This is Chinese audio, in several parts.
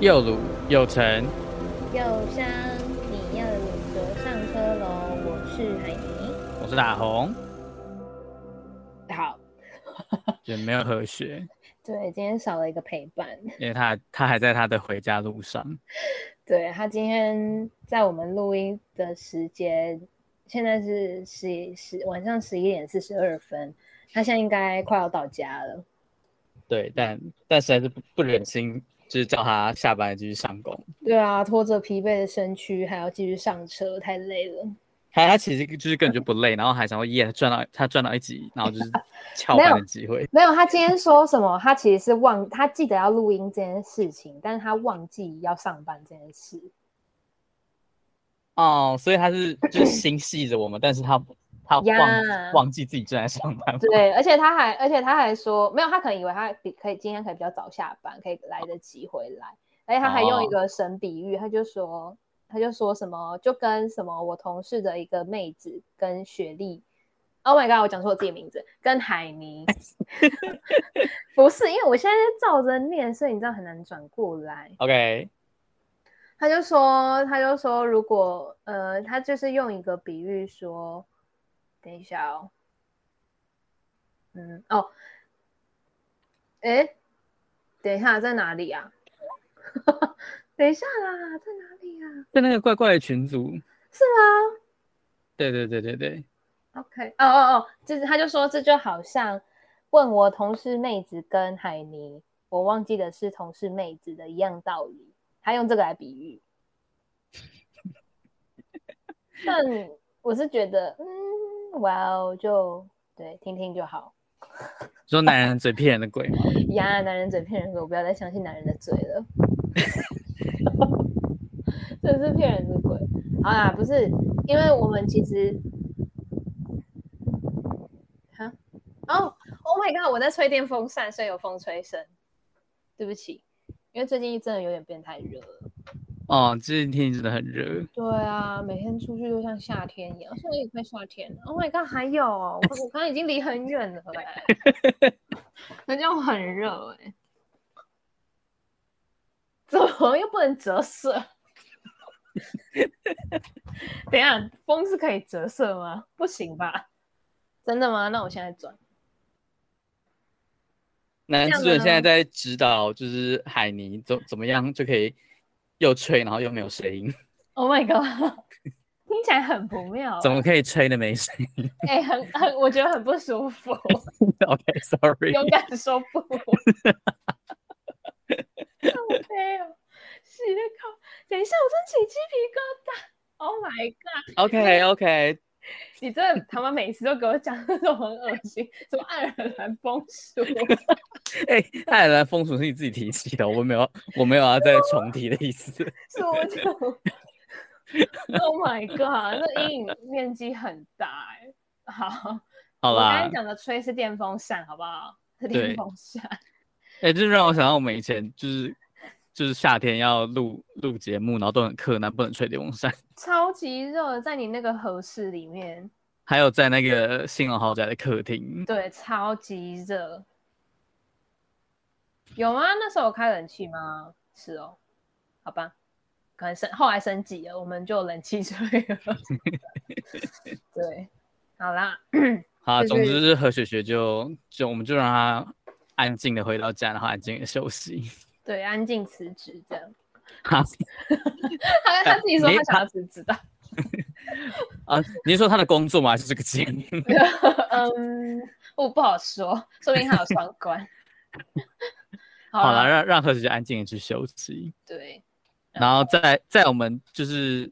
右鲁、右城、右山，你要有着上车喽！我是海尼。我是大红，好，也没有和谐，对，今天少了一个陪伴。 因为他他还在他的回家路上。对他今天在我们录音的时间，现在是十十晚上十一点四十二分，他现在应该快要到家了。对，但但实在是不不忍心，就是叫他下班继续上工。对啊，拖着疲惫的身躯还要继续上车，太累了。他他其实就是根本就不累，然后还想说耶赚到他赚到一集，然后就是翘班的机会。没有，他今天说什么？他其实是忘，他记得要录音这件事情，但是他忘记要上班这件事。 哦，所以他是就是心系着我们，但是他他忘呀忘记自己正在上 班。对，而且他还，而且他还说没有，他可能以为他比可以今天可以比较早下班，可以来得及回来。而且他还用一哦个神比喻，他就说，他就说什么，就跟什么我同事的一个妹子跟雪莉，Oh my god，我讲错我自己名字，跟海尼， 不是，因为我现在是照着念，所以你知道很难转过来。 OK，他就说，他就说，如果呃，他就是用一个比喻说，等一下哦，嗯，哦，诶，等一下在哪里啊？ 等一下啦，在哪里啊？在那个怪怪的群组。是吗对对对对对， ？OK，哦哦哦，就是他就说，这就好像问我同事妹子跟海尼，我忘记的是同事妹子的一样道理。他用这个来比喻，但我是觉得，嗯，哇哦，就对，听听就好。说男人嘴骗人的鬼嘛。呀，男人嘴骗人鬼，不要再相信男人的嘴了， 真是骗人的鬼。好啦，不是，因为我们其实，哈，哦，Oh my god，我在吹电风扇，所以有风吹声。对不起，因为最近真的有点变太热了。哦，这几天真的很热。对啊，每天出去都像夏天一样，现在也快夏天了。Oh my god，还有哦，我我刚刚已经离很远了、欸，人家我很热哎、怎么又不能折射？ 等一下，风是可以折射吗？不行吧？真的吗？那我现在转。男这样主人现在呢在指导，就是海尼怎怎么样就可以又吹，然后又没有声音， Oh my god，听 起来很不妙、怎么可以吹的没声音 哎、很很，我觉得很不舒服。 ？OK，sorry，、勇敢说 不。靠背哦，洗的靠！等一下，我真起鸡皮疙瘩。Oh my god！ OK OK，你真的他妈每次都给我讲那种很恶心，什么爱尔兰风俗，哎、爱尔兰风俗是你自己提起的，我没有我没有要再重提的意思。是我就 Oh my god！那阴影面积很大哎、好，好我刚啦才，讲的吹是电风扇，好不好？是对电风扇。哎、这让我想到我们以前就是就是夏天要录录节目，然后都很困难，不能吹电风扇。超级热，在你那个合适里面，还有在那个新荣豪宅的客厅，对，超级热。有吗？那时候有开冷气吗？是哦，好吧，可能升后来升级了，我们就冷气吹了。对，好啦，好啊，就总之是是何雪雪就就我们就让她安静的回到家，然后安静的休息。 对，安静辞职这样。 哈他他自己说没哎他想要辞职的。 啊，你是说她的工作吗？还是这个节目？嗯，我不好说，说不定还有双关。 好啊好了，啦，让让何雪雪安静的去休息，对，然后在在我们就是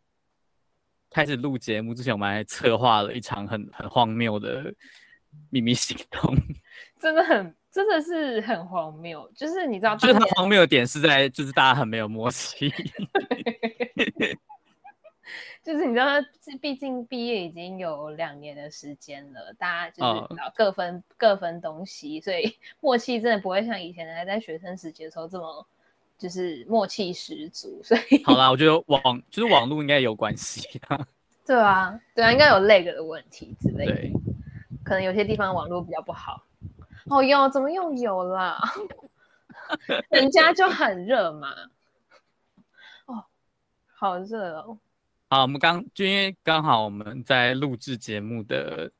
开始录节目之前，我们还策划了一场很很荒谬的秘密行动。 真的很，真的是很荒谬。就是你知道，就是它荒谬的点是在就是大家很没有默契。 就是你知道，毕竟毕业已经有两年的时间了，大家就是哦你知道各分、各分东西，所以 默契真的不会像以前还在学生时期的时候这么就是默契十足。所以，好啦，我觉得网就是网络应该有关系啊。对啊，对啊，应该有 lag 的问题之类的，对，可能有些地方网络比较不好。哦 哟，怎么又有啦？人家就很热嘛，哦好热哦。好，我们刚就因为刚好我们在录制节目的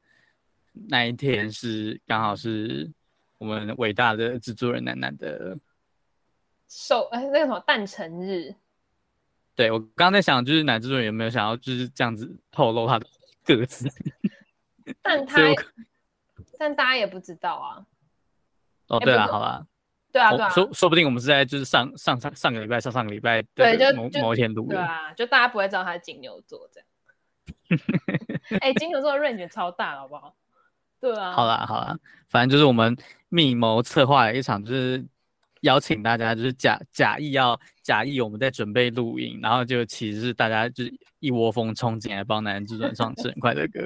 那一天是刚好是我们伟大的制作人楠楠的，寿哎，那个什么诞辰日，对我刚刚在想就是男制作人有没有想要就是这样子透露他的个子，但他所以我但大家也不知道啊。哦哎对了，不过好啦，对啊，我对啊，说说不定我们是在就是上上上上个礼拜上上个礼拜对的就某就某一天录对的，啊，就大家不会知道他是金牛座这样。 哎、金牛座的 range 超大，好不好？对啊，好啦好啦，反正就是我们密谋策划了一场，就是邀请大家，就是假假意要假意我们在准备录影，然后就其实是大家就是一窝蜂冲进来帮男人至尊唱生日快乐歌。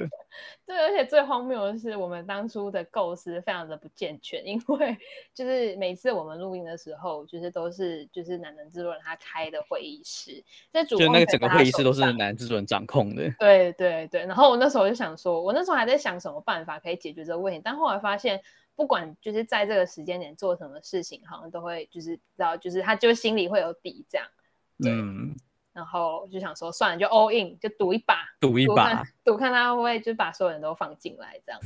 对，而且最荒谬的是，我们当初的构思非常的不健全， 因为就是每次我们录音的时候，就是都是就是男人制作人他开的会议室，在 主就那控个权整个在他会议室手都是上男人至尊掌控的，对对对，然后我那时候就想说，我那时候还在想什么办法可以解决这个问题，但后来发现，不管就是在这个时间点做什么事情，好像都会就是知道，就是他就心里会有底这样，对嗯，然后就想说算了，就 all in，就赌一把，赌一赌把看。赌看他会不会就把所有人都放进来这样。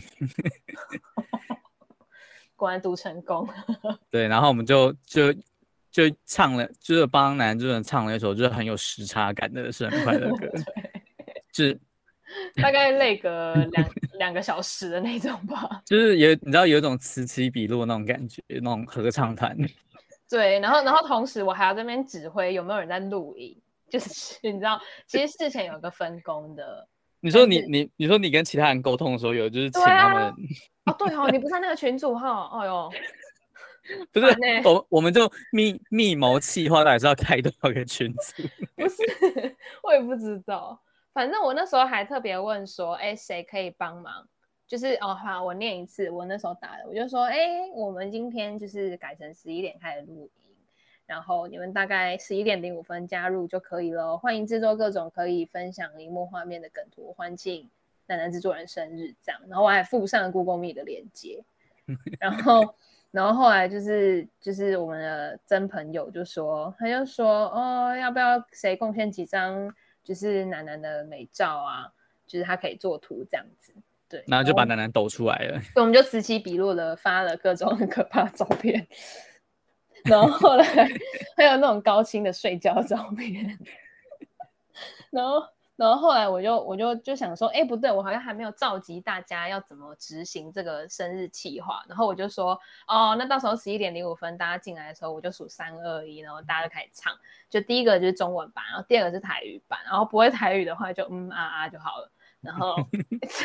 果然赌成功， 对，然后我们就就就唱了，就是帮男人至尊唱了一首就是很有时差感的生日快乐 歌，就是大概累个两两个小时的那种吧。就是有你知道有一种此起彼落那种感觉，那种合唱团。对，然后然后同时我还要这边指挥有没有人在录影，就是你知道，其实事前有个分工的。你说但你是你你说你跟其他人沟通的时候，有就是请对他啊们， 哦，对哦，你不在那个群组哈、哦，哎呦，不是烦欸我我们就密密谋计划，到底是要开多少个群组？不是， 我也不知道。反正我那时候还特别问说，哎，谁可以帮忙？就是哦，好，我念一次，我那时候打的，我就说，哎，我们今天就是改成十一点开始录音，然后你们大概十一点零五分加入就可以了。欢迎制作各种可以分享荧幕画面的梗图，欢庆奶奶制作人生日这样。然后我还附上 Google Meet 的链 接，然后。然后后来就是就是我们的真朋友就说，他就说哦，要不要谁贡献几张就是楠楠的美照啊？就是他可以做图这样子，对。然后就把楠楠抖出来了。所以我们就此起彼落的发了各种很可怕的照片， 然后后来还有那种高清的睡觉照片， 然后然后后来我就我就就想说，哎，不对，我好像还没有召集大家要怎么执行这个生日计划，然后我就说，哦，那到时候十一点零五分大家进来的时候，我就数三二一，然后大家就开始唱，就第一个就是中文版，然后第二个是台语版，然后不会台语的话就嗯啊啊就好了。然后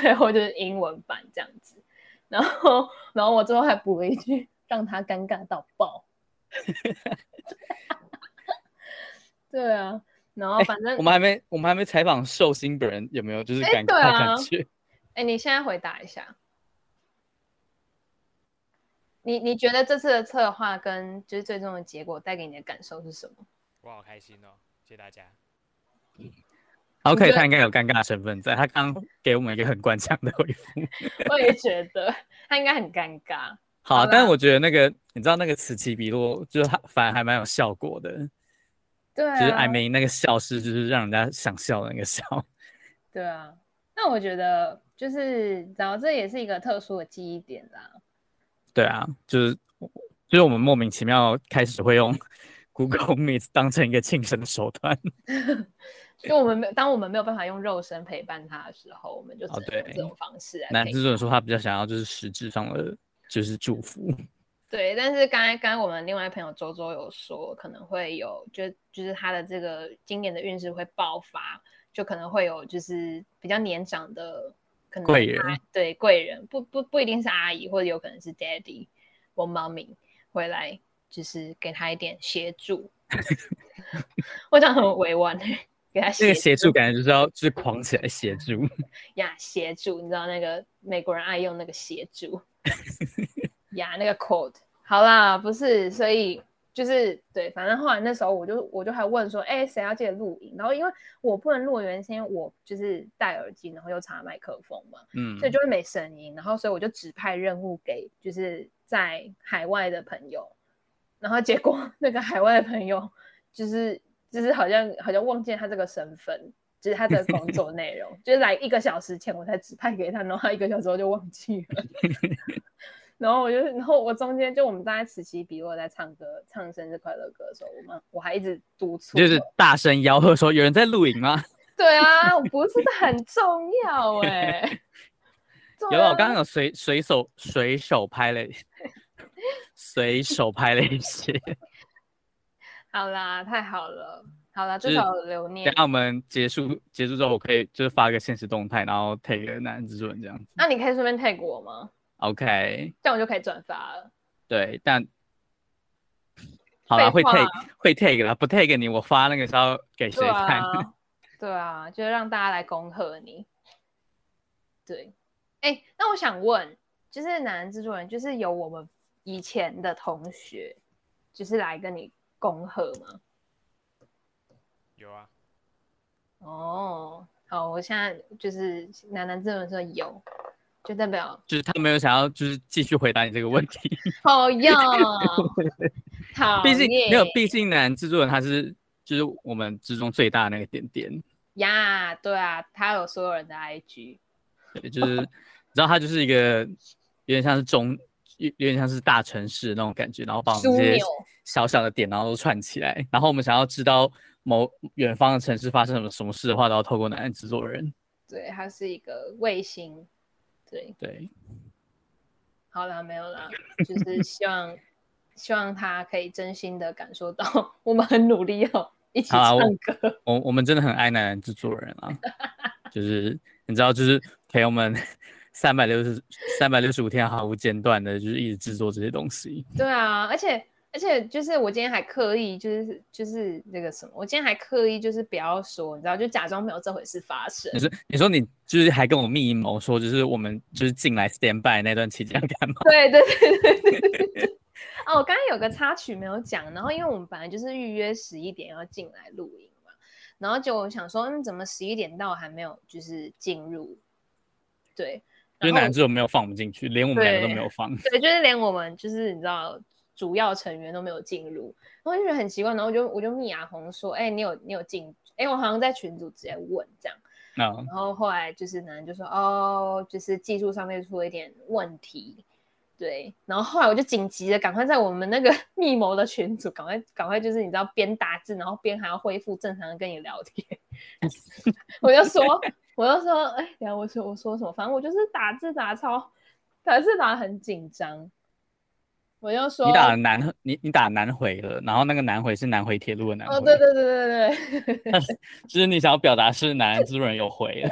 最后就是英文版这样子，然后，然后我最后还补了一句，让他尴尬到爆。 对啊，然后反正哎我，们还没我们还没采访寿星本人有没有就是哎感对他啊感觉？哎、你现在回答一下，你你觉得这次的策划跟就是最终的结果带给你的感受是什么？ 我好开心哦，谢谢大家。然后可以你觉得他应该有尴尬的成分在，他刚刚给我们一个很官腔的回复。我也觉得他应该很尴尬。好好啊，啦但是我觉得那个你知道那个此起彼落，就是他反而还蛮有效果的，对啊，就是艾梅那个笑是就是让人家想笑的那个笑。对啊，那我觉得就是，然后这也是一个特殊的记忆点啦。对啊，就是就是我们莫名其妙开始会用 Google Meet 当成一个庆生的手段。就我们没，当我们没有办法用肉身陪伴他的时候，我们就只哦能用对这种方式来男陪制作人说他比较想要就是实质上的，就是祝福。对，但是刚才刚才我们另外朋友周周有说，可能会有，就就是他的这个今年的运势会爆发，就可能会有就是比较年长的可能贵是阿人，对贵人不不不一定是阿姨，或者有可能是 daddy 或 mommy 会来，就是给他一点协助。 我讲很委婉欸，给他那协个协助感觉就是要就是狂起来协助。 呀协助，你知道那个美国人爱用那个协助呀那个 quote。好啦，不是，所以就是对，反正后来那时候我就我就还问说，哎、谁要记得录影？然后因为我不能录影，原因是因为我就是戴耳机，然后又插麦克风嘛，嗯所，以就会没声音。然后所以我就指派任务给就是在海外的朋友，然后结果那个海外的朋友就是就是好像好像忘记了他这个身份，就是他的工作内容，就是来一个小时前我才指派给他，然后他一个小时后就忘记了。 然后我就，然后我中间就我们大家此起彼落在唱歌，唱生日快乐歌的时候，我们我还一直督促，就是大声吆喝说有人在录影吗？对啊，我不是很重要哎、 对有啊，啊我刚刚有随随手随手拍了一，随手拍了一 些。好啦，太好了，好啦，就至是少有留等念一。下我们结束结束之后，我可以就是发个现实动态，然后 take 个男制作人这样子。那你可以顺便 tag 我吗？ OK，这样我就可以转发了。对，但好啦，会废话 take 会 take 啦，不 take 你，我发那个是要给谁对看？啊， 对啊，就是让大家来恭贺你。对，哎，那我想问，就是男制作人，就是有我们以前的同学，就是来跟你恭贺吗？ 有啊，哦，好，我现在就是男男制作人说有，就 代表就是他没有想要就是继续回答你这个问题，好用， 好，毕竟没有，毕竟男制作人他是就是我们之中最大的那个点点，呀，对啊，他有所有人的 IG，对，就是 你知道他就是一个有点像是中。有有点像是大城市的那种感觉，然后把我们这枢些纽小小的点，然后都串起来。然后我们想要知道某远方的城市发生什么什么事的话，都要透过男制作人。对，他是一个卫星，对，对，好啦，没有啦，就是希望希望他可以真心的感受到我们很努力哦，一起好啊唱我歌。我我们真的很爱男制作人 啊，就是你知道，就是陪我们 三百六十三百六十五天毫无间断的，就是一直制作这些东西。对啊，而且而且就是我今天还刻意就是就是那个什么，我今天还刻意就是不要说，你知道，就假装没有这回事发生你。说，你说你就是还跟我密谋说，就是我们就是进来 stand by 那段期间要干嘛？ 对对对对对对对。哦，我刚刚有个插曲没有讲，然后因为我们本来就是预约十一点要进来录音嘛，然后结果我想说，嗯，怎么十一点到还没有就是进入？对，就是然后男制作人没有放我们进去，连我们两个都没有放。对，就是连我们就是你知道主要成员都没有进入，然后就觉得很奇怪，然后我就我就密雅红说，哎、你有你有进？哎、我好像在群组直接问这样，那、然后后来就是男人就说，哦，就是技术上面出了一点问题。对，然后后来我就紧急的赶快在我们那个 密谋的群组，赶快赶快就是你知道边打字，然后边还要恢复正常的跟你聊天， 我就说我就说哎，等一下我说我说什么，反正我就是打字打超打字打得很紧张，我就说你打南，你你打南回了，然后那个南回是南回铁路的南回，哦对对对对对，就是你想要表达是男制作人有回 了。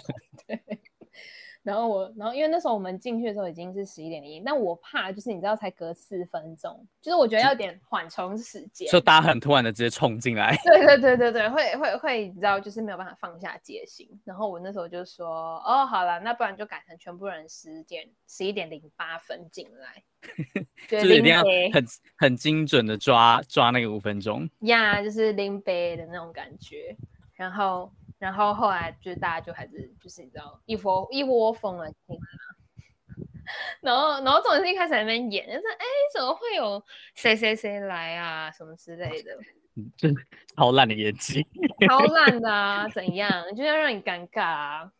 然后我，然后因为那时候我们进去的时候已经是十一点零，但我怕就是你知道才隔四分钟，就是我觉得要有点缓冲时间。就大家很突然的直接冲进来，对对对对对，会会会，你知道就是没有办法放下戒心。然后我那时候就说，哦，好了，那不然就改成全部人十点十一点零八分进 来，就就是一定林要北很很精准的抓抓那个五分钟。呀就是拎杯的那种感觉。然后然后后来就是大家就还是就是你知道一窝一窝蜂的听啦。 然后，然后总是一开始在那边演，就是哎，怎么会有谁谁谁来啊，什么之类的，真的超烂的演技。超烂的啊，怎样，就是要让你尴尬啊。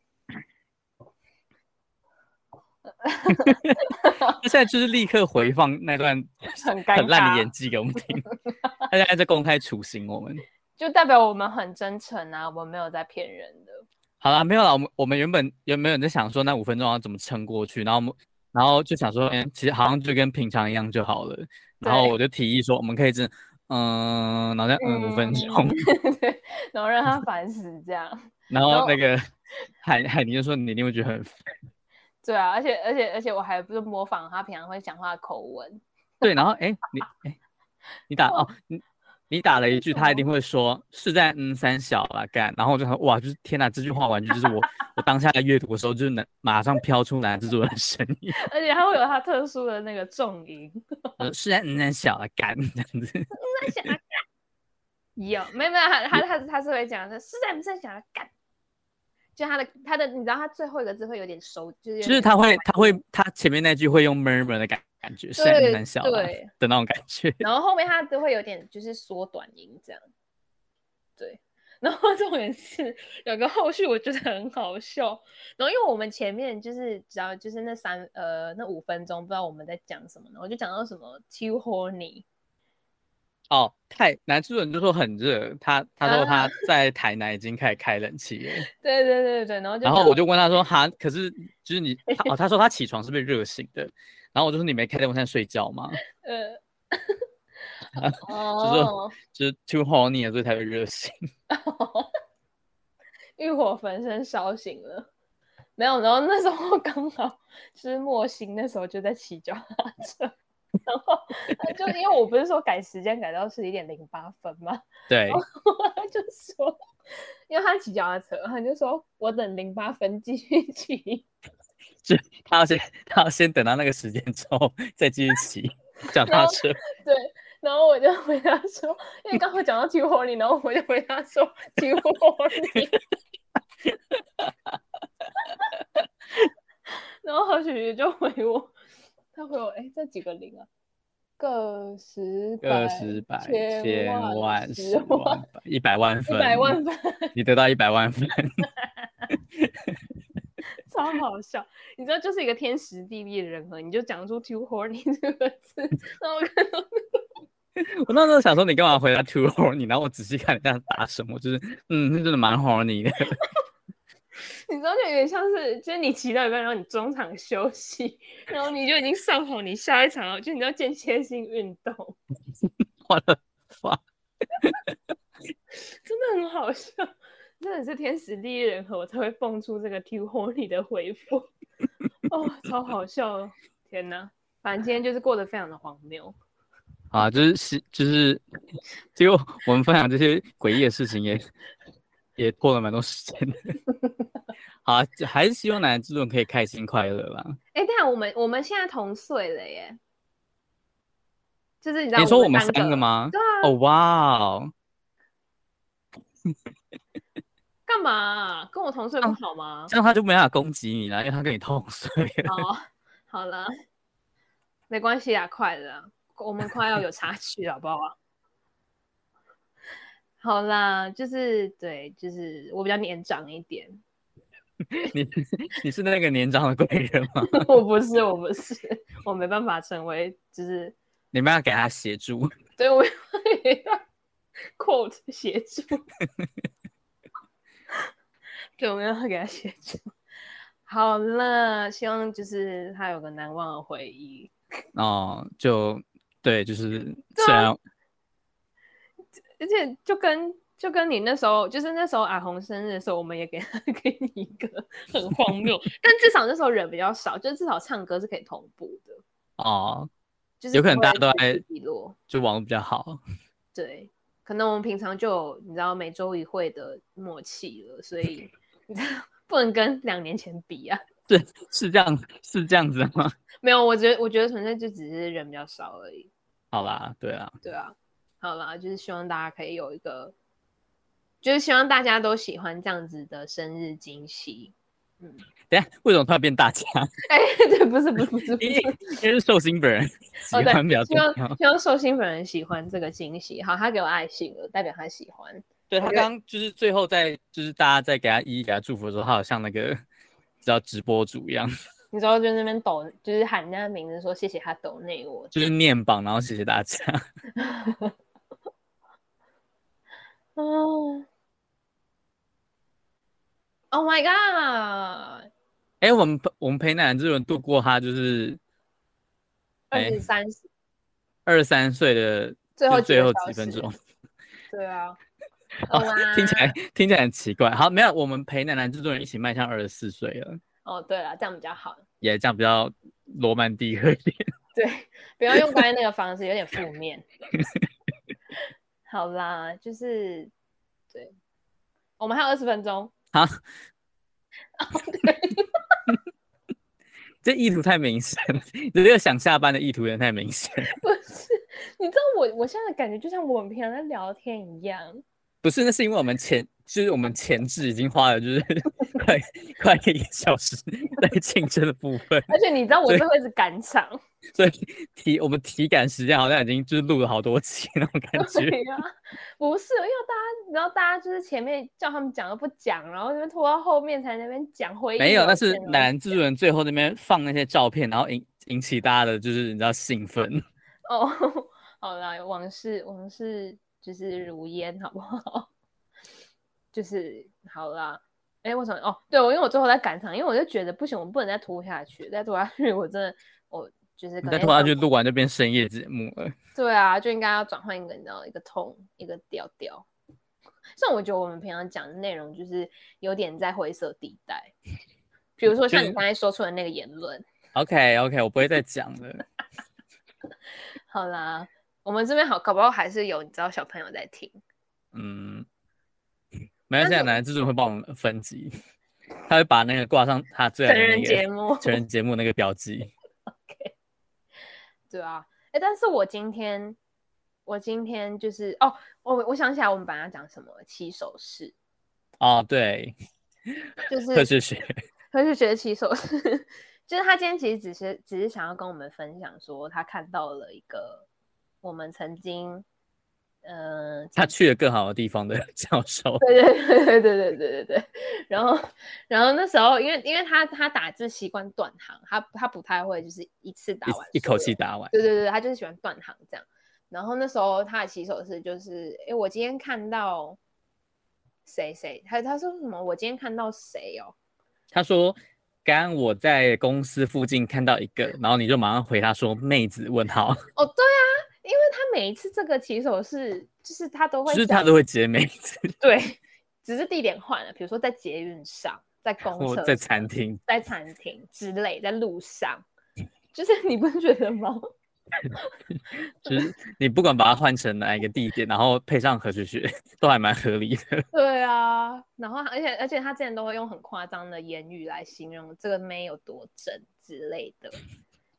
他现在就是立刻回放那段很尴很啊烂尬的演技给我们听， 他现在在公开处刑我们。就代表我们很真诚啊，我们没有在骗人的。好啦，没有啦，我们我们原本原本有在想说那五分钟要怎么撑过去，然后我们然后就想说，嗯，其实好像就跟平常一样就好了。然后对我就提议说，我们可以这，嗯，然后再嗯五分钟， 对，然后让他烦死这样。然然后后那个海海尼就说你一定会觉得很烦对啊，而且而且而且我还不是模仿他平常会讲话的口吻， 对，然后哎、你哎、你打哦，你你打了一句，他一定会说是在嗯三小啦干，然后我就想哇，就是天哪，这句话完全就是我我当下在阅读的时候，就是能马上飘出男制作人的声音，而且他会有他特殊的那个重音。呃是在嗯三小啦干这样子，在想要干， 有没有没有他他他他是会讲的，是在不是在想要干，就他的他的你知道他最后一个字会有点收，就是有就是点他会他会他前面那句会用 murmur 的感感觉，是在嗯对三小啦对的那种感觉，然后后面他都会有点就是缩短音这样。对，然后重点是有个后续，我觉得很好笑。然后因为我们前面就是只要就是那三呃那五分钟，不知道我们在讲什么呢，我就讲到什么 too horny，哦，太男主人就说很热，他他说啊他在台南已经开始开冷气了，对对对对，然后就然后讲我就问他说哈，可是就是 你他哦，他说他起床是被热醒的，然后我就说你没开电风扇睡觉吗？呃 就是哦，就是 too horny 了所以才会热醒。欲火焚身烧醒了。没有，然后那时候刚好是莫欣，那时候就在骑脚踏车， 然后他就因为我不是说改时间改到十一点零八分吗？对， 哦他就说，因为他骑脚踏车，他就说我等零八分继续骑。他要先他要先等到那个时间之后再继续骑脚踏 车。对，然后我就回答说，因为刚好讲到 T 火你，然后我就回答说 T 火你。然后何雪雪就回我，他回我，哎，这几个零啊？个十个十百千千万万十十万万百一百万一分，百万分，你得到一百万分， 超好笑。你知道，就是一个天时地利人和，你就讲出 too horny 这个字，然后我看到我那时候想说你干嘛回答 too horny，然后我仔细看人家打什么，就是嗯，那真的蛮 horny 的。 你知道，就有点像是，就是你骑到一半，然后你中场休息，然后你就已经上好你下一场了，就你知道间歇性运动，我的妈！真的很好笑，真的是天时地利人和，我才会蹦出这个 t o horny 的回复，哦，超好笑哦，天哪！反正今天就是过得非常的荒谬，啊，就是是就是，结果我们分享这些诡异的事情也也拖了蛮多时间的。 好啊，还是希望男之论可以开心快乐啦。哎，但我们我们现在同岁了耶，就是你知道你说我们们三个个？吗？对啊，哦，哇哦，干嘛啊、跟我同岁不好吗？这样他就没办法攻击你了，因为他跟你同岁了。 哦，好了，没关系啊，快了啊，我们快要有差距了，好不好啊？ 好啦，就是对，就是我比较年长一点， 你你是那个年长的贵人吗？我不是，我不是，我没办法成为，就是你们要给他协助。对我 quote 协助，对，我们要给他协助。好了，希望就是他有个难忘的回忆。哦，就对，就是对虽啊然而且就跟就跟你那时候，就是那时候阿红生日的时候，我们也给他 给你一个 很荒谬，但至少那时候人比较少，就至少唱歌是可以同步的，哦，就是有可能不会大家都起在起落。就网络比较好。对，可能我们平常就有你知道每周一会的默契了，所以 你知道不能跟两年前比啊。是是这样是这样子的吗？没有，我觉得我觉得纯粹就只是人比较少而已。好啦，对啦，对啊，好啦，就是希望大家可以有一个，就是希望大家都喜欢这样子的生日惊喜。等一下为什么突然变大家？哎， 对，不是不是不是，不因是 为因为是寿星本人喜哦对欢比较重希望要。希望寿星本人喜欢这个惊喜。好，他给我爱心了，代表他喜欢。对他我觉得刚就是最后在就是大家在给他一一给他祝福的时候，他好像那个知道直播主一样，你知道，就那边抖，就是喊人家名字说谢谢他抖内我。就是念榜，然后谢谢大家。 哦，Oh my god！哎，我们我们陪奶奶之轮度过他就是二哎十三十，二三岁的最后就最后个几小分时钟，。对 啊，好啦听起来听起来很奇怪。好，没有，我们陪奶奶制作人一起迈向二十四岁了，哦，对了，这样比较好。也这样比较罗曼蒂克一点。对，不要用刚才那个方式，有点负 面。好啦，就是对，我们还有二十分钟。好哦，对，这意图太明显了，你这个想下班的意图有点太明显。不是，你知道我我现在的感觉就像我们平常在聊天一样，不是，那 是因为我们前就是我们前置已经花了就是快快一个小时在竞争的部分，而且你知道我是会一直赶场，所以体我们体感时间好像已经就是录了好多期那种感觉。对呀、不是，因为大家你知道，大家就是前面叫他们讲都不讲，然后那边拖到后面才那边讲回应没有，聊那是天啊男制作人最后那边放那些照片，然后引引起大家的就是你知道兴奋。哦。 好啦，往事往事就是如烟，好不好？ 就是好啦。哎，为什么？哦，对，我因为我最后在赶场，因为我就觉得不行，我不能再拖下去，再拖下去我真的我就是你可再能拖下要去录完就变深夜节目了。对啊，就应该要转换一个，你知道，一个痛，一个调调。像我觉得我们平常讲的内容，就是有点在灰色地带。比如说像就你是刚才说出的那个言论， OK OK，我不会再讲了。好啦，我们这边好，搞不好还是有你知道小朋友在听。嗯，没关系但啊，是男制作人会帮我们分级，他会把那个挂上他最爱成的人那节个目， 成人节目那个标记。对啊，哎，但是我今天，我今天就是哦，我我想起来我们本来要讲什么起手式，哦，对，就特是 是学，他就觉得骑手是， 就是他今天其实只是只是想要跟我们分享说，他看到了一个我们曾经，呃，他去了更好的地方的教授。对 对对对对对对对，然后然后那时候因为因为他他打字习惯断行，他他不太会就是一次打完一一口所有气打完。对对对，他就是喜欢断行这样。然后那时候他的起手式就是，哎，我今天看到谁谁，他他说什么？我今天看到谁哦？他说：“刚刚我在公司附近看到一个，然后你就马上回他说‘妹子’问号，哦，对啊，因为他每一次这个起手式，就是他都会就是讲他都会接‘妹子对，只是地点换了，比如说在捷运上，在’。公我车在上餐嗯厅，在餐厅之类，在路上，就是 你不觉得吗？就是你不管把它换成哪一个地点，然后配上何学学， 都还蛮合理的。对啊，然后而且而且他之前都会用很夸张的言语来形容这个妹有多正之类的，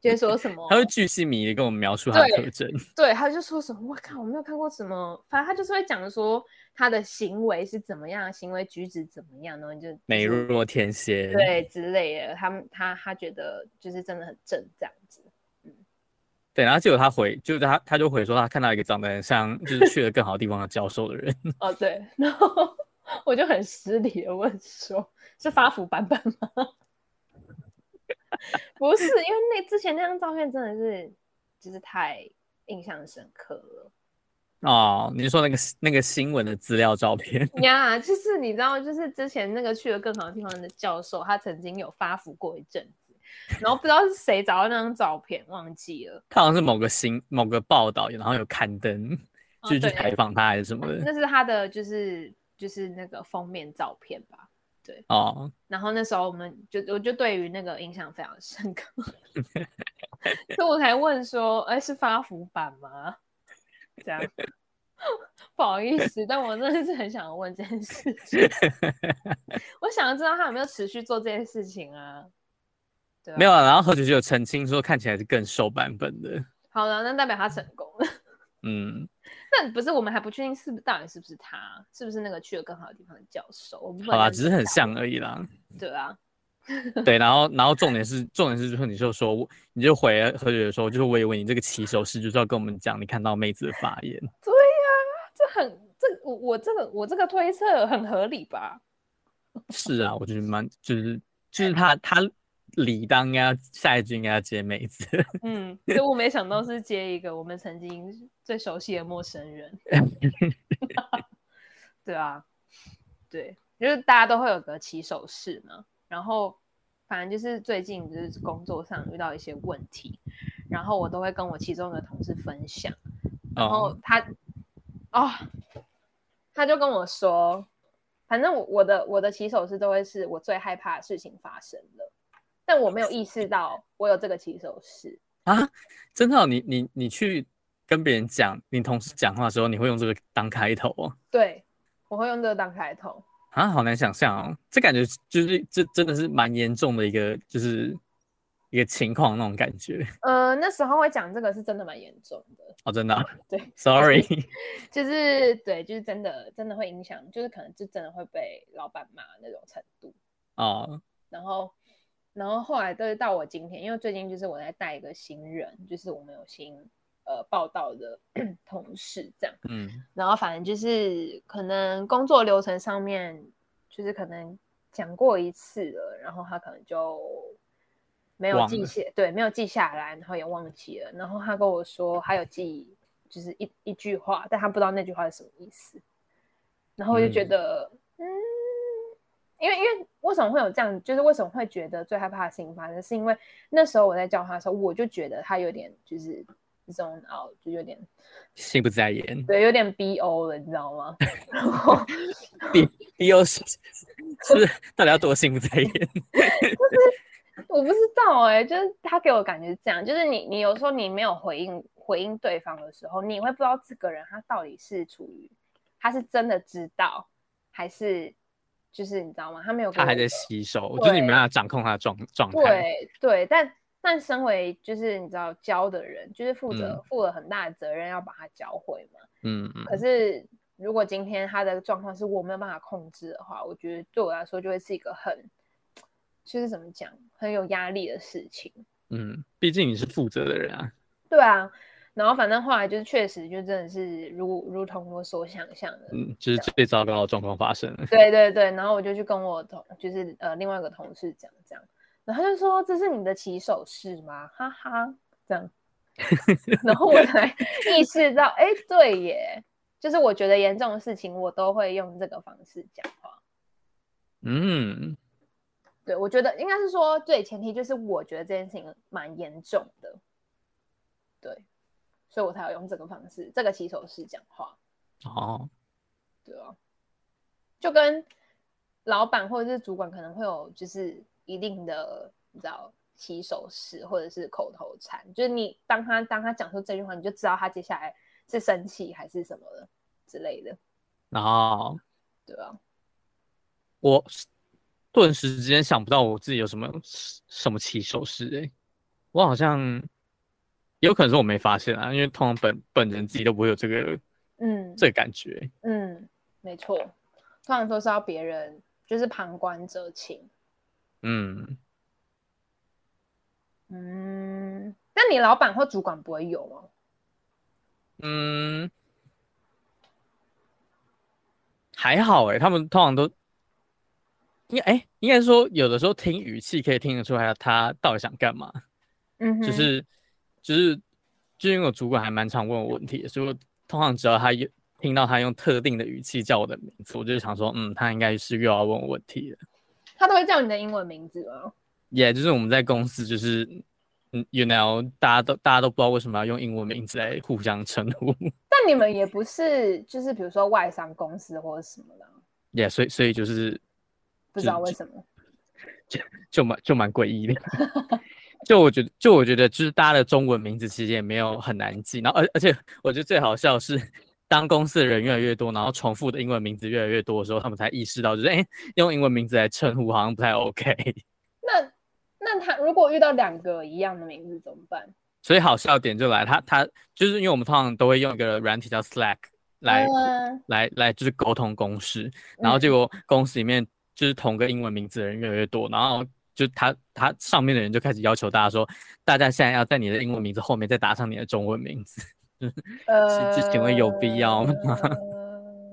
就是说什么，他会巨细靡遗地跟我们描述他的哦对特征。对，他就说什么，我靠，我没有看过什么，反正他就是会讲说他的行为是怎么样，行为举止怎么样，然后你就美就是若天仙，对之类的，他们他他觉得就是真的很正这样子，对，然后结果他回，就是他他就回说他看到一个长得很像，就是去了更好地方的教授的人，哦对，然后我就很失礼的问说，是发福版本吗？ 不是，因为那之前那张照片真的是就是太印象深刻了。哦，你是说那个那个新闻的资料照片？ 呀就是你知道，就是之前那个去了更好的地方的教授，他曾经有发福过一阵子，然后不知道是谁找到那张照片，忘记了。他好像是某个新某个报道，然后有刊登，哦就是去对采访他还是什么的。那是他的就是就是那个封面照片吧。哦，然后那时候我们就我就对于那个印象非常深刻， 所以我才问说，哎，是发福版吗？这样， 不好意思，但我真的是很想问这件事情， 我想要知道他有没有持续做这件事情啊？对啊没有。啊。然后何炅就有澄清说，看起来是更瘦版本的。好了，那代表他成功了。 嗯，但不是，我们还不确定是不是到底是不是他，是不是那个去了更好的地方的教授？我们不好啦，能只是很像而已 啦。对啊，对，然后然后重点是重点是，就是你就说我，你就回何炅说，就是我以为你这个骑手是就是要跟我们讲你看到妹子的发言。对呀、这很这我我这个我这个推测很合理吧？是啊，我觉得蛮就是就是他他理当应该要下一句应该要接妹子， 嗯， 所以我没想到是接一个我们曾经最熟悉的陌生人。 对啊，对，就是大家都会有个起手式嘛。然后反正就是最近就是工作上遇到一些问题，然后我都会跟我其中一个同事分享，然后哦，他哦，他就跟我说，反正我我的我的起手式都会是我最害怕的事情发生了，但我没有意识到我有这个起手式。真的哦、你你你去跟别人讲，你同事讲话的时候，你会用这个当开头哦。对，我会用这个当开头。啊，好难想象哦，这感觉就是这真的是蛮严重的一个，就是一个情况那种感觉呃，那时候会讲这个是真的蛮严重的，哦，真的啊、对 Sorry， 就是对，就是真的真的会影响，就是可能就真的会被老板骂那种程度。哦，然后，然后后来都是到我今天，因为最近就是我在带一个新人，就是我们有新呃报道的 同事这样，嗯，然后反正就是可能工作流程上面，就是可能讲过一次了，然后他可能就没有忘记了下，对，没有记下来，然后也忘记了。然后他跟我说他有记，就是一一句话，但他不知道那句话是什么意思。然后我就觉嗯得，嗯，因为因为为什么会有这样，就是为什么会觉得最害怕的事情发生，是因为那时候我在叫他的时候，我就觉得他有点就是 zone out，就有点心不在焉。对，有点 BO 了，你知道吗？ 然后 B B O 是是到底要多心不在焉？我不知道哎、就是他给我感觉是这样，就是你你有时候你没有回应回应对方的时候，你会不知道这个人他到底是处于他是真的知道，还是就是你知道吗？他没有给他还我在吸收，就是你没办法掌控他的状状态。对对，但但身为就是你知道教的人，就是负责、嗯负了很大的责任要把他教会嘛。嗯嗯，可是如果今天他的状况是我没有办法控制的话，我觉得对我来说就会是一个很，就是怎么讲，很有压力的事情。嗯，毕竟你是负责的人啊。对啊，然后反正后来就是确实就真的是如如同我所想象的，嗯，就是最糟糕的状况发生了。 对对对，然后我就去跟我同就是呃另外一个同事讲这样，然后他就说这是你的起手式吗？哈哈，这样，然后我 才意识到，哎，对耶，就是我觉得严重的事情，我都会用这个方式讲话。嗯，对，我觉得应该是说，对，前提就是我觉得这件事情蛮严重的，对，所以我才要用这个方式，这个起手式讲话，哦，对啊，就跟老板或者是主管可能会有就是一定的，你知道起手式或者是口头禅，就是你当他当他讲出这句话，你就知道他接下来是生气还是什么的之类的，然后对啊，我顿时之间想不到我自己有什么什么起手式诶、我好像有可能是我没发现啊，因为通常本本人自己都不会有这个嗯，这个感觉。嗯，没错，通常都是要别人就是旁观者清。嗯，嗯，那你老板或主管不会有吗？嗯，还好诶、他们通常都应该诶、应该说有的时候听语气可以听得出来他到底想干嘛，嗯就哼是就是就是因为我主管还蛮常问我问题的，所以我通常只要他有听到他用特定的语气叫我的名字，我就想说，嗯，他应该是又要问我问题了。他都会叫你的英文名字吗？也、就是我们在公司就是。嗯，you know，大家都大家都不知道为什么要用英文名字来互相称呼， 但你们也不是，就是比如说外商公司或者什么的啊，也、所以所以就是不知就道为什么。就蛮就蛮诡异的。 就我觉得，就我觉得，就是大家的中文名字其实也没有很难记。然后，而而且我觉得最好笑的是，当公司的人越来越多，然后重复的英文名字越来越多的时候，他们才意识到，就是哎、诶用英文名字来称呼好像不太 OK。 那那他如果遇到两个一样的名字怎么办？所以好笑的点就来，他他就是因为我们通常都会用一个软体叫 Slack 来、嗯来来就是沟通公事，然后结果公司里面就是同个英文名字的人越来越多，然后就他他上面的人就开始要求大家说，大家现在要在你的英文名字后面再打上你的中文名字， 呃，这请问有必要吗呃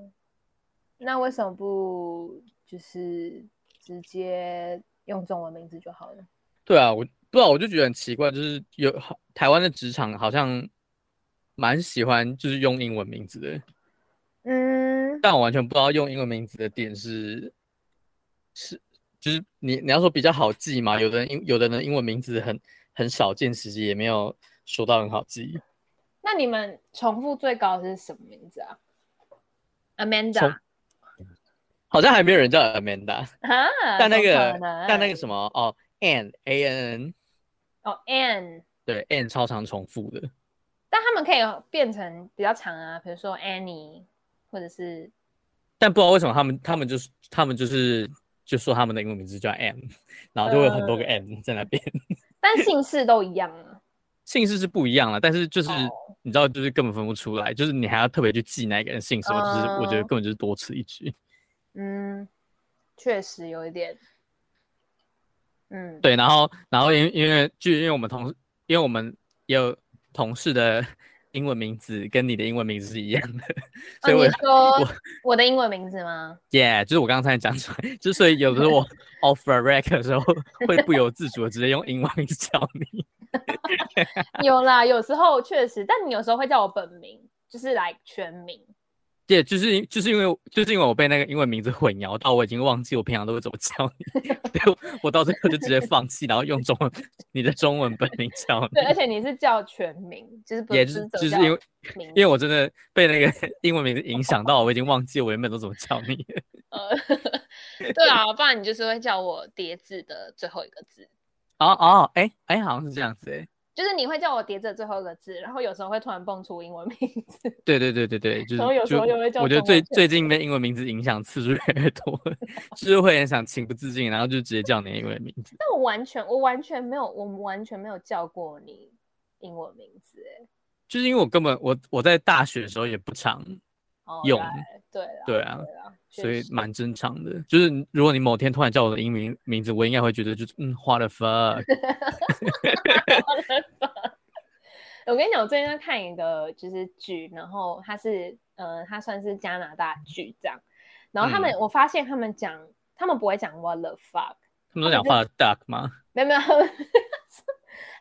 那为什么不就是直接用中文名字就好了？对啊，我不知道，我就觉得很奇怪，就是有好台湾的职场好像蛮喜欢就是用英文名字的，嗯，但我完全不知道用英文名字的点是是就是你你要说比较好记嘛，有的人英有的人英文名字很很少见，其实也没有说到很好记。那你们重复最高的是什么名字啊重？Amanda 好像还没有人叫 Amanda，啊，但那怎么可个能但那个什么哦，Ann A N N，哦 Anne，对 Ann 超常重复的，但他们可以变成比较长啊，比如说 Annie，或者是但不知道为什么他们他们就是他们就是就说他们的英文名字叫 Ann，然后就会有很多个嗯 Ann 在那边，但姓氏都一样 啊。姓氏是不一样了，但是就是、哦你知道就是根本分不出来，就是你还要特别去记那个人姓什么，就是我觉得嗯根本就是多此一举。嗯，确实有一点。嗯，对，然后然后因为因为就因为我们同因为我们也有同事的英文名字跟你的英文名字是一样的，所以哦，我你说我我的英文名字 吗？ yeah，就是我刚才讲出来，之所以有时候我 offer rec 的时候会不由自主的直接用英文名字叫你，有啦，有时候确实，但你有时候会叫我本名，就是来全名。对，就是因就是因为就是因为我被那个英文名字混淆到，我已经忘记我平常都会怎么叫你， 对我我到最后就直接放弃，然后用中文你的中文本名叫你。对，而且你是叫全名，就是不嗯也不就是只就是叫因为名字因为我真的被那个英文名字影响到，我已经忘记我原本都怎么叫你了。呃， 对啊，不然你就是会叫我叠字的最后一个字，哦哦，哎哎，好像是这样子哎。就是你会叫我叠字的最后一个字，然后有时候会突然蹦出英文名字， 对对对对对，就是然后有时就候又会叫我觉得中最文最近被英文名字影响次数越来越多了，就是会很想情不自禁，然后就直接叫你的英文名字。但我完全我完全没有，我们完全没有叫过你英文名字哎，就是因为我根本我我在大学的时候也不常，哦，用来对啦，对啊对啊，确所以实蛮正常的。就是如果你某天突然叫我的英文名名字，我应该会觉得就是嗯，what the fuck，我跟你讲，我最近在看一个就是剧，然后它是呃，它算是加拿大剧这样，然后他们、嗯我发现他们讲，他们不会讲 what the fuck，他们都讲话 duck 吗？没有没有，他们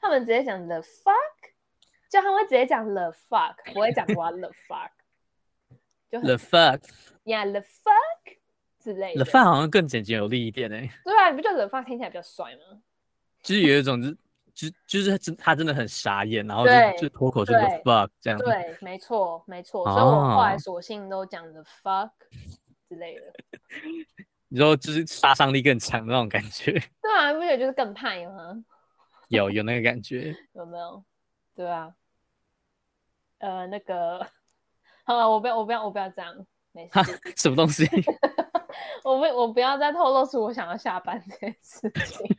他们直接讲 the fuck，就他们会直接讲 the fuck，不会讲 what the fuck，就很 The fuck， yeah the fuck 之类的。 the fuck 好像更简洁有力一点哎、对啊，你不觉得 the fuck 听起来比较 帅吗？就是有一种就是就就是真他真的很傻眼，然后对就就脱口就 the 对 fuck 这样子。对，没错没错，所以我后来哦索性都讲 the fuck 之类的。你说就是杀伤力更强的那种感觉，对啊，你不觉得就是更派吗？有有那个感觉。有没有？对啊，呃，那个， 好了，我不要，我不要，我不要这样，没事哈， 什么东西？我不，我不要再透露出我想要下班这件事情。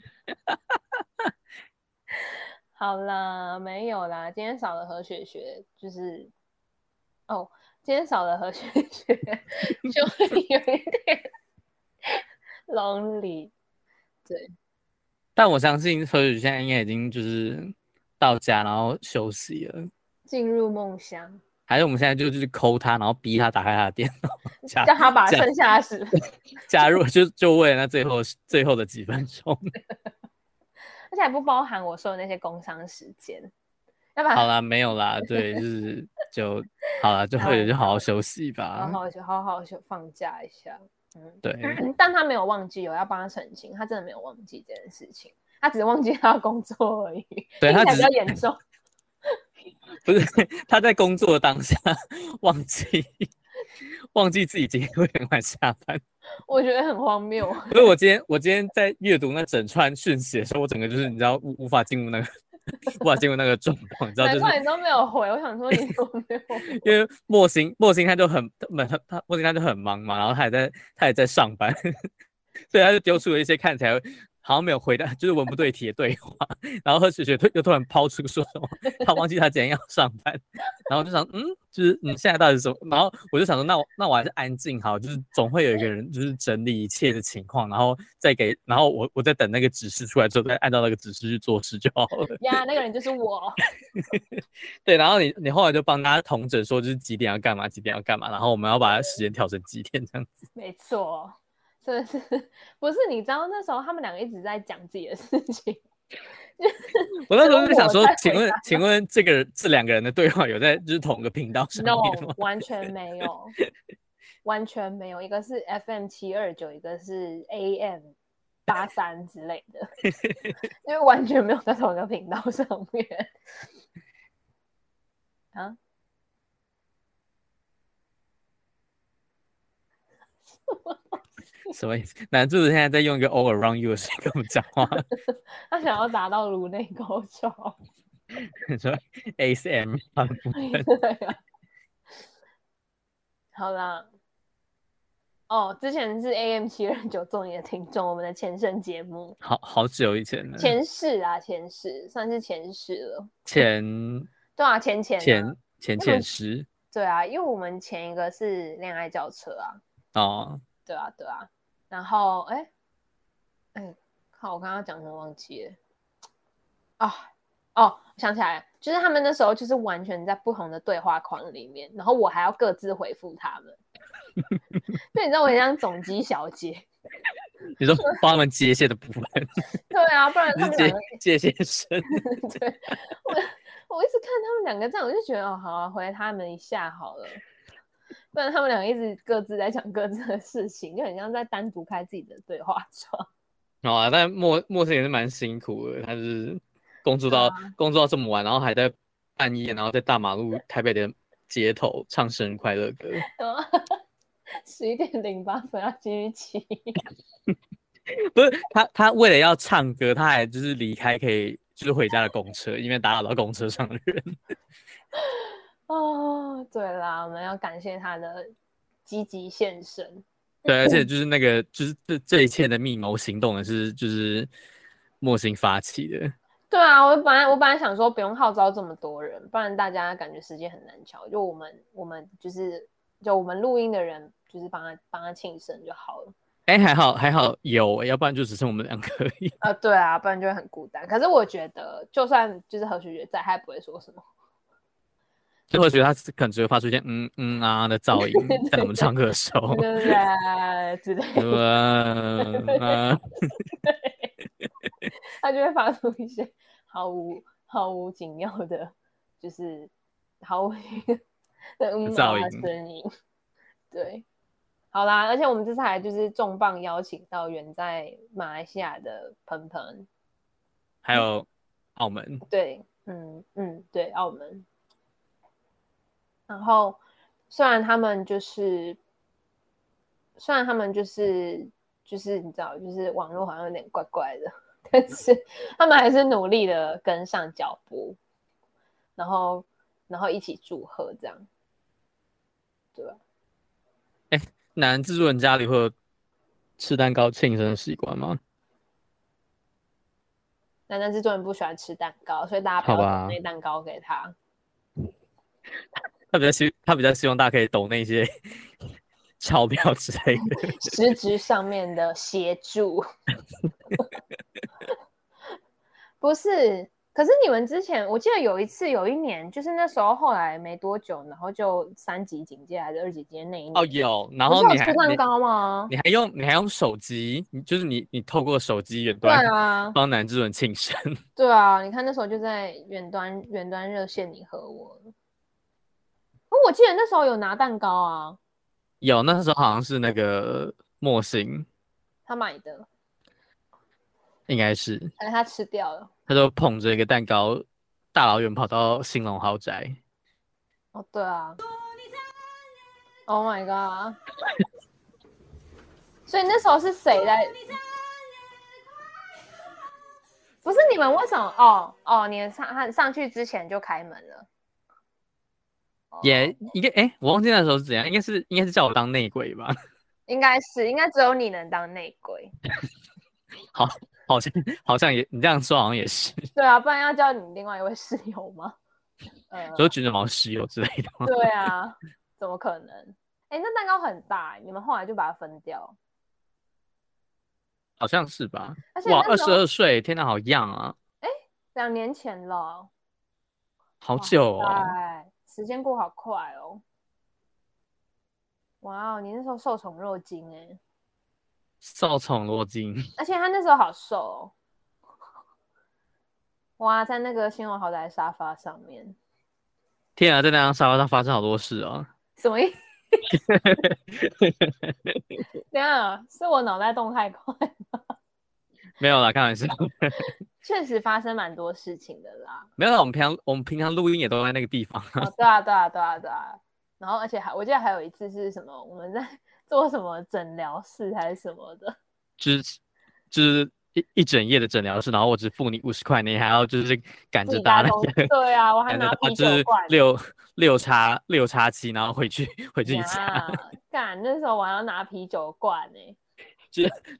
好啦，没有啦，今天少了何雪雪，就是，哦，今天少了何雪雪，就会有一点 lonely。但我相信何宇现在应该已经就是到家，然后休息了。进入梦乡，还是我们现在就就是抠他，然后逼他打开他的电脑，加 叫他把啊这样剩下的时 加入就就为了那最后最后的几分钟。 而且还不包含我说的那些工伤时间，要不然好啦，没有啦，对，就是就好啦，就何宇就好好休息好吧。好休好好休放假一下。嗯，对，但他没有忘记，我要帮他澄清，他真的没有忘记这件事情，他只是忘记他要工作而已，对他听只是起来比较严重。不是他在工作的当下 忘记忘记自己今天会很晚下班。我觉得很荒谬。 所以我今天我今天在阅读那整串讯息的时候，我整个就是你知道无无法进入那个无法进入那个状况，你知道难就怪是你都没有回，我想说你怎么没有回因为莫欣莫欣他就很很他莫欣他就很忙嘛，然后他也在他也在上班， 所以他就丢出了一些看起来。好像没有回答，就是文不对题的对话。然后何雪雪突又突然抛出说什么，他忘记他今天要上班，然后我就想，嗯，就是嗯，现在到底是什么？然后我就想说，那我那我还是安静好，就是总会有一个人就是整理一切的情况，然后再给，然后我我再等那个指示出来之后，再按照那个指示去做事就好了。呀？那个人就是我。对，然后你你后来就帮大家统整说，就是几点要干嘛，几点要干嘛，然后我们要把时间调成几点这样 子。没错，真的是不是？你知道那时候他们两个一直在讲自己的事情，我那时这候个就想我说在回，请问请问这个人这两个人的对话有在就是同一个频道上 no，面吗？完全没有，完全没有。一个是 FM 七二九，一个是 AM 八三之类的， 因为完全没有在同一个频道上面。啊？ 什么意思？男主持现在在用一个 all around you 的声音跟我们讲话， 他想要达到颅内高潮，说 ASM 的部分。 对啊。好啦，哦，之前是 AM 七二九中你的听众，我们的前身节目， 好好久以前了，前世啊，前世算是前世了，前对啊，前前啊前前么前十对啊，因为我们前一个是恋爱轿车啊，哦，对啊，对啊，然后哎，哎，靠，我刚刚讲什么忘记了？啊哦，想起来了，就是他们那时候就是完全在不同的对话框里面，然后我还要各自回复他们。 就你知道我很像总机小姐，你说帮他们接线的部 分，对啊，不然你他是们两个接接线生，对，我我一直看他们两个这样，我就觉得哦，好啊，回他们一下好了。不然他们两个一直各自在讲各自的事情，就很像在单独开自己的对话窗。好啊，但莫莫生也是蛮辛苦的，他就是工作到、工作到这么晚，然后还在半夜，然后在大马路台北的街头唱生日快乐歌， 十一点零八分要继续起，不是他他为了要唱歌，他还就是离开可以就是回家的公车，因为打扰到公车上的人。 哦，对啦，我们要感谢他的积极献身。对，而且就是那个就是这这一切的密谋行动的是就是莫星发起的。对啊，我本来我本来想说不用号召这么多人，不然大家感觉时间很难瞧。就我们我们就是就我们录音的人，就是帮他帮他庆生就好了。哎、还好还好有、欸要不然就只剩我们两个而已。 啊，对啊，不然就会很孤单。可是我觉得，就算就是何许学在，他也不会说什么。就会觉得他是可能只会发出一些嗯嗯啊的噪音，在我们唱歌的时候。对对对之类啊的，嗯嗯他就会发出一些毫无毫无紧要的，就是毫无的嗯噪啊音声音。对，好啦，而且我们这次还就是重磅邀请到远在马来西亚的鹏鹏，还有澳门，对，嗯嗯，对，澳门。然后虽然他们就是，虽然他们就是就是你知道，就是网络好像有点怪怪的，但是他们还是努力的跟上脚步，然后然后一起祝贺这样。对吧？男制作人家里会有吃蛋糕庆生的习惯吗？那但是作人不喜欢吃蛋糕，所以大家不好要吧送那蛋糕给他。他比较希他比较希望大家可以懂那些 钞票之类的。 实质上面的协助。不是，可是你们之前，我记得有一次，有一年，就是那时候后来没多久，然后就三级警戒还是二级警戒那一年，哦，有，然不后是有你还吃蛋你糕吗？你还用你还用手机，你就是你你透过手机远对端啊，帮男制作人庆生， 对啊，你看那时候就在远端远端热线你和我，哦，我记得那时候有拿蛋糕啊，有那时候好像是那个莫星，他买的，应该是但是他吃掉了。他就捧着一个蛋糕，大老远跑到兴隆豪宅。哦，对啊。Oh my god！所以那时候是谁在？不是你们为什么？哦哦，你们上他上去之前就开门了。哦也应该哎，我忘记那时候是怎样，应该是应该是叫我当内鬼吧？应该是，应该只有你能当内鬼。好像好像也你这样说好像也是，对啊，不然要叫你另外一位室友吗？ 呃，说卷卷毛室友之类的吗？对啊，怎么可能？哎、那蛋糕很大、你们后来就把它分掉，好像是吧？而且哇，那二时十候二岁，天哪，好样啊，两年前了。好久哦！哎，时间过好快哦！哇哦，你那时候受宠若惊哎，受宠若惊，而且他那时候好瘦哦。 哇，在那个新荣豪宅沙发上面，天啊，在那张沙发上发生好多事哦。什么意 思？等一下是我脑袋动太快， 没有啦，开玩笑，确实发生蛮多事情的啦。没有啦。我们平常我们平常录音也都在那个地方啊，哦，对啊，对啊，对啊，对啊。然后，而且还我记得还有一次是什么，我们在做什么诊疗室还是什么的。就是就是一一整夜的诊疗室，然后我只付你五十块，你还要就是赶自着己搭搭那公个对啊，我还赶着拿搭啤就酒是罐。六六叉六叉七，然后回去回去家。呀， 干，那时候我还要拿啤酒罐呢、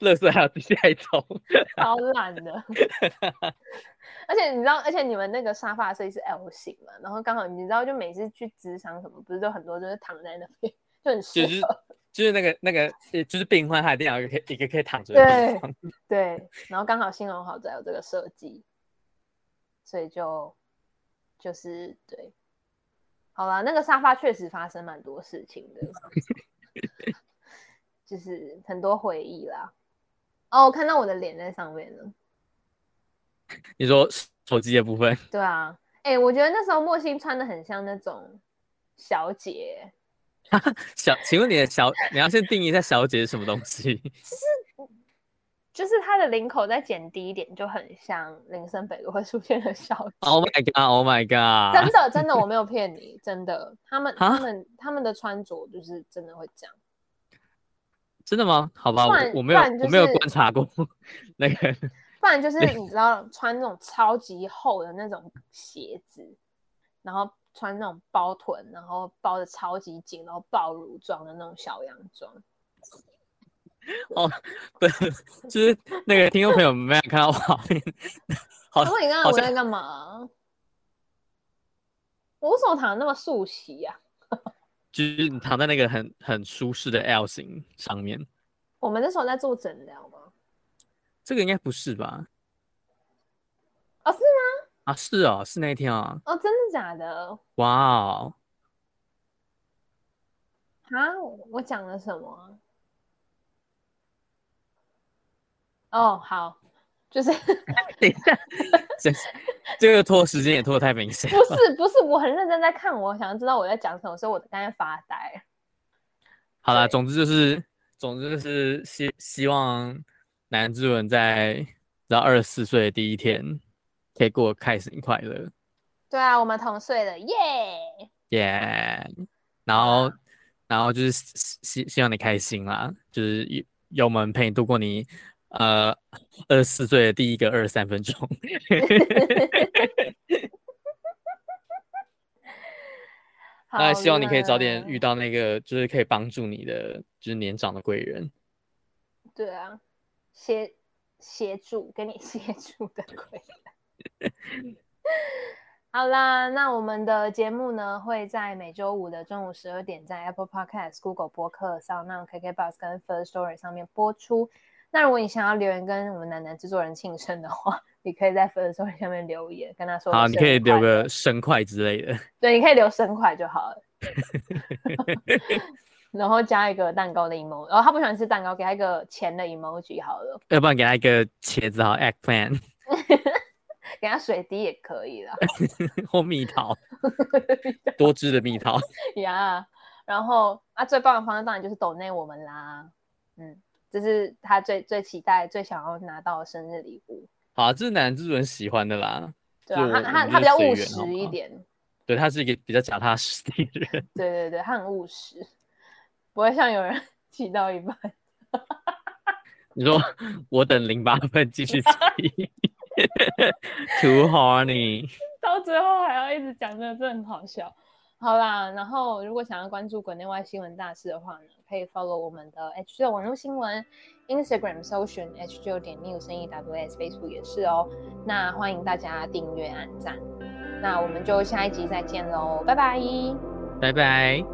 垃圾还有地下一桶，超烂的。 而且你知道，而且你们那个沙发设计是 L 型嘛，然后刚好你知道，就每次去职场什么，不是都很多就是躺在那边，就很适就合。是就是那个那个，呃就是病患他一定要有一个可以一个可以躺着的地对方。 对，然后刚好新荣好在有这个设计，所以就就是对，好啦，那个沙发确实发生蛮多事情的， 就是很多回忆啦。哦，我看到我的脸在上面了。你说手机的部分，对啊，哎、我觉得那时候莫欣穿的很像那种小姐，小，请问你的小，你要先定义一下小姐是什么东西？就是她的领口再剪低一点，就很像林森北路会出现的小姐。 Oh my god! Oh my 真 god! 的，真的，我没有骗你，真的，他们他啊们他们的穿着就是真的会这样，真的吗？好吧，不我然我没有不然就我没有是观察过那个。不然就是你知道穿那种超级厚的那种鞋子，然后穿那种包臀，然后包的超级紧，然后暴乳装的那种小洋装。对，就是那个听众朋友们没有看到画面，好可，是你刚哦好刚我像在干嘛？我为什么躺得那么素啊席呀、就是你躺在那个很很舒适的 L 型上面，我们那时候在做诊疗吗？这个应该不是吧？哦，是吗？啊，是哦，是那一天啊，哦，真的假的？哇哦，啊，我我讲了什么啊？哦，好，就是 等一下， 这这个拖时间也拖得太明显不了。是不是，我很认真在看，我想知道我在讲什么，所以我刚才发呆。好啦，对总之就是，总之就是希希望男主人在到二十四岁的第一天可以过得开心快乐。对啊，我们同岁了，耶、耶、然后，然后就是希希希望你开心啦，就是有有我们陪你度过你呃二十四岁的第一个二十三分钟。 好那希望你可以早点啦遇到那个就是可以帮助你的就是年长的贵人。对啊，协协助给你 协助的鬼。嗯好啦，那我们的节目呢会在每周五的中午十二点在 Apple Podcast、Google 播客、上、那 KKBox 跟 First Story 上面播出。那如果你想要留言跟我们楠楠制作人庆生的话， 你可以在 First Story 下面留言跟他说。好，你可以留个生快之类的。对，你可以留生块就好了。 然后加一个蛋糕的 emoji，然后、他哦不喜欢吃蛋糕，给他一个钱的 emoji 好了。要不然给他一个茄子好 eggplant 给他水滴也可以啦 或蜜桃，多汁的蜜桃。呀。然后啊，最棒的方式当然就是抖内我们啦，嗯，这是他最最期待、最想要拿到的生日礼物。好，啊这是男主人喜欢的啦。对啊，就他我他我他们比较就是务随缘好实一吗点，对他是一个比较脚踏实地的人。对对对，他很务实，不会像有人 骑到一半。你说我等零八分继续骑 ，Too horny。 到最后还要一直讲这个，真的很好笑。好啦，然后如果想要关注国内外新闻大事的话呢，可以 follow 我们的 H 九网络新闻 Instagram 搜寻 H 九点 news e w s Facebook 也是哦。那欢迎大家订阅、按赞。那我们就下一集再见喽，拜拜。拜拜。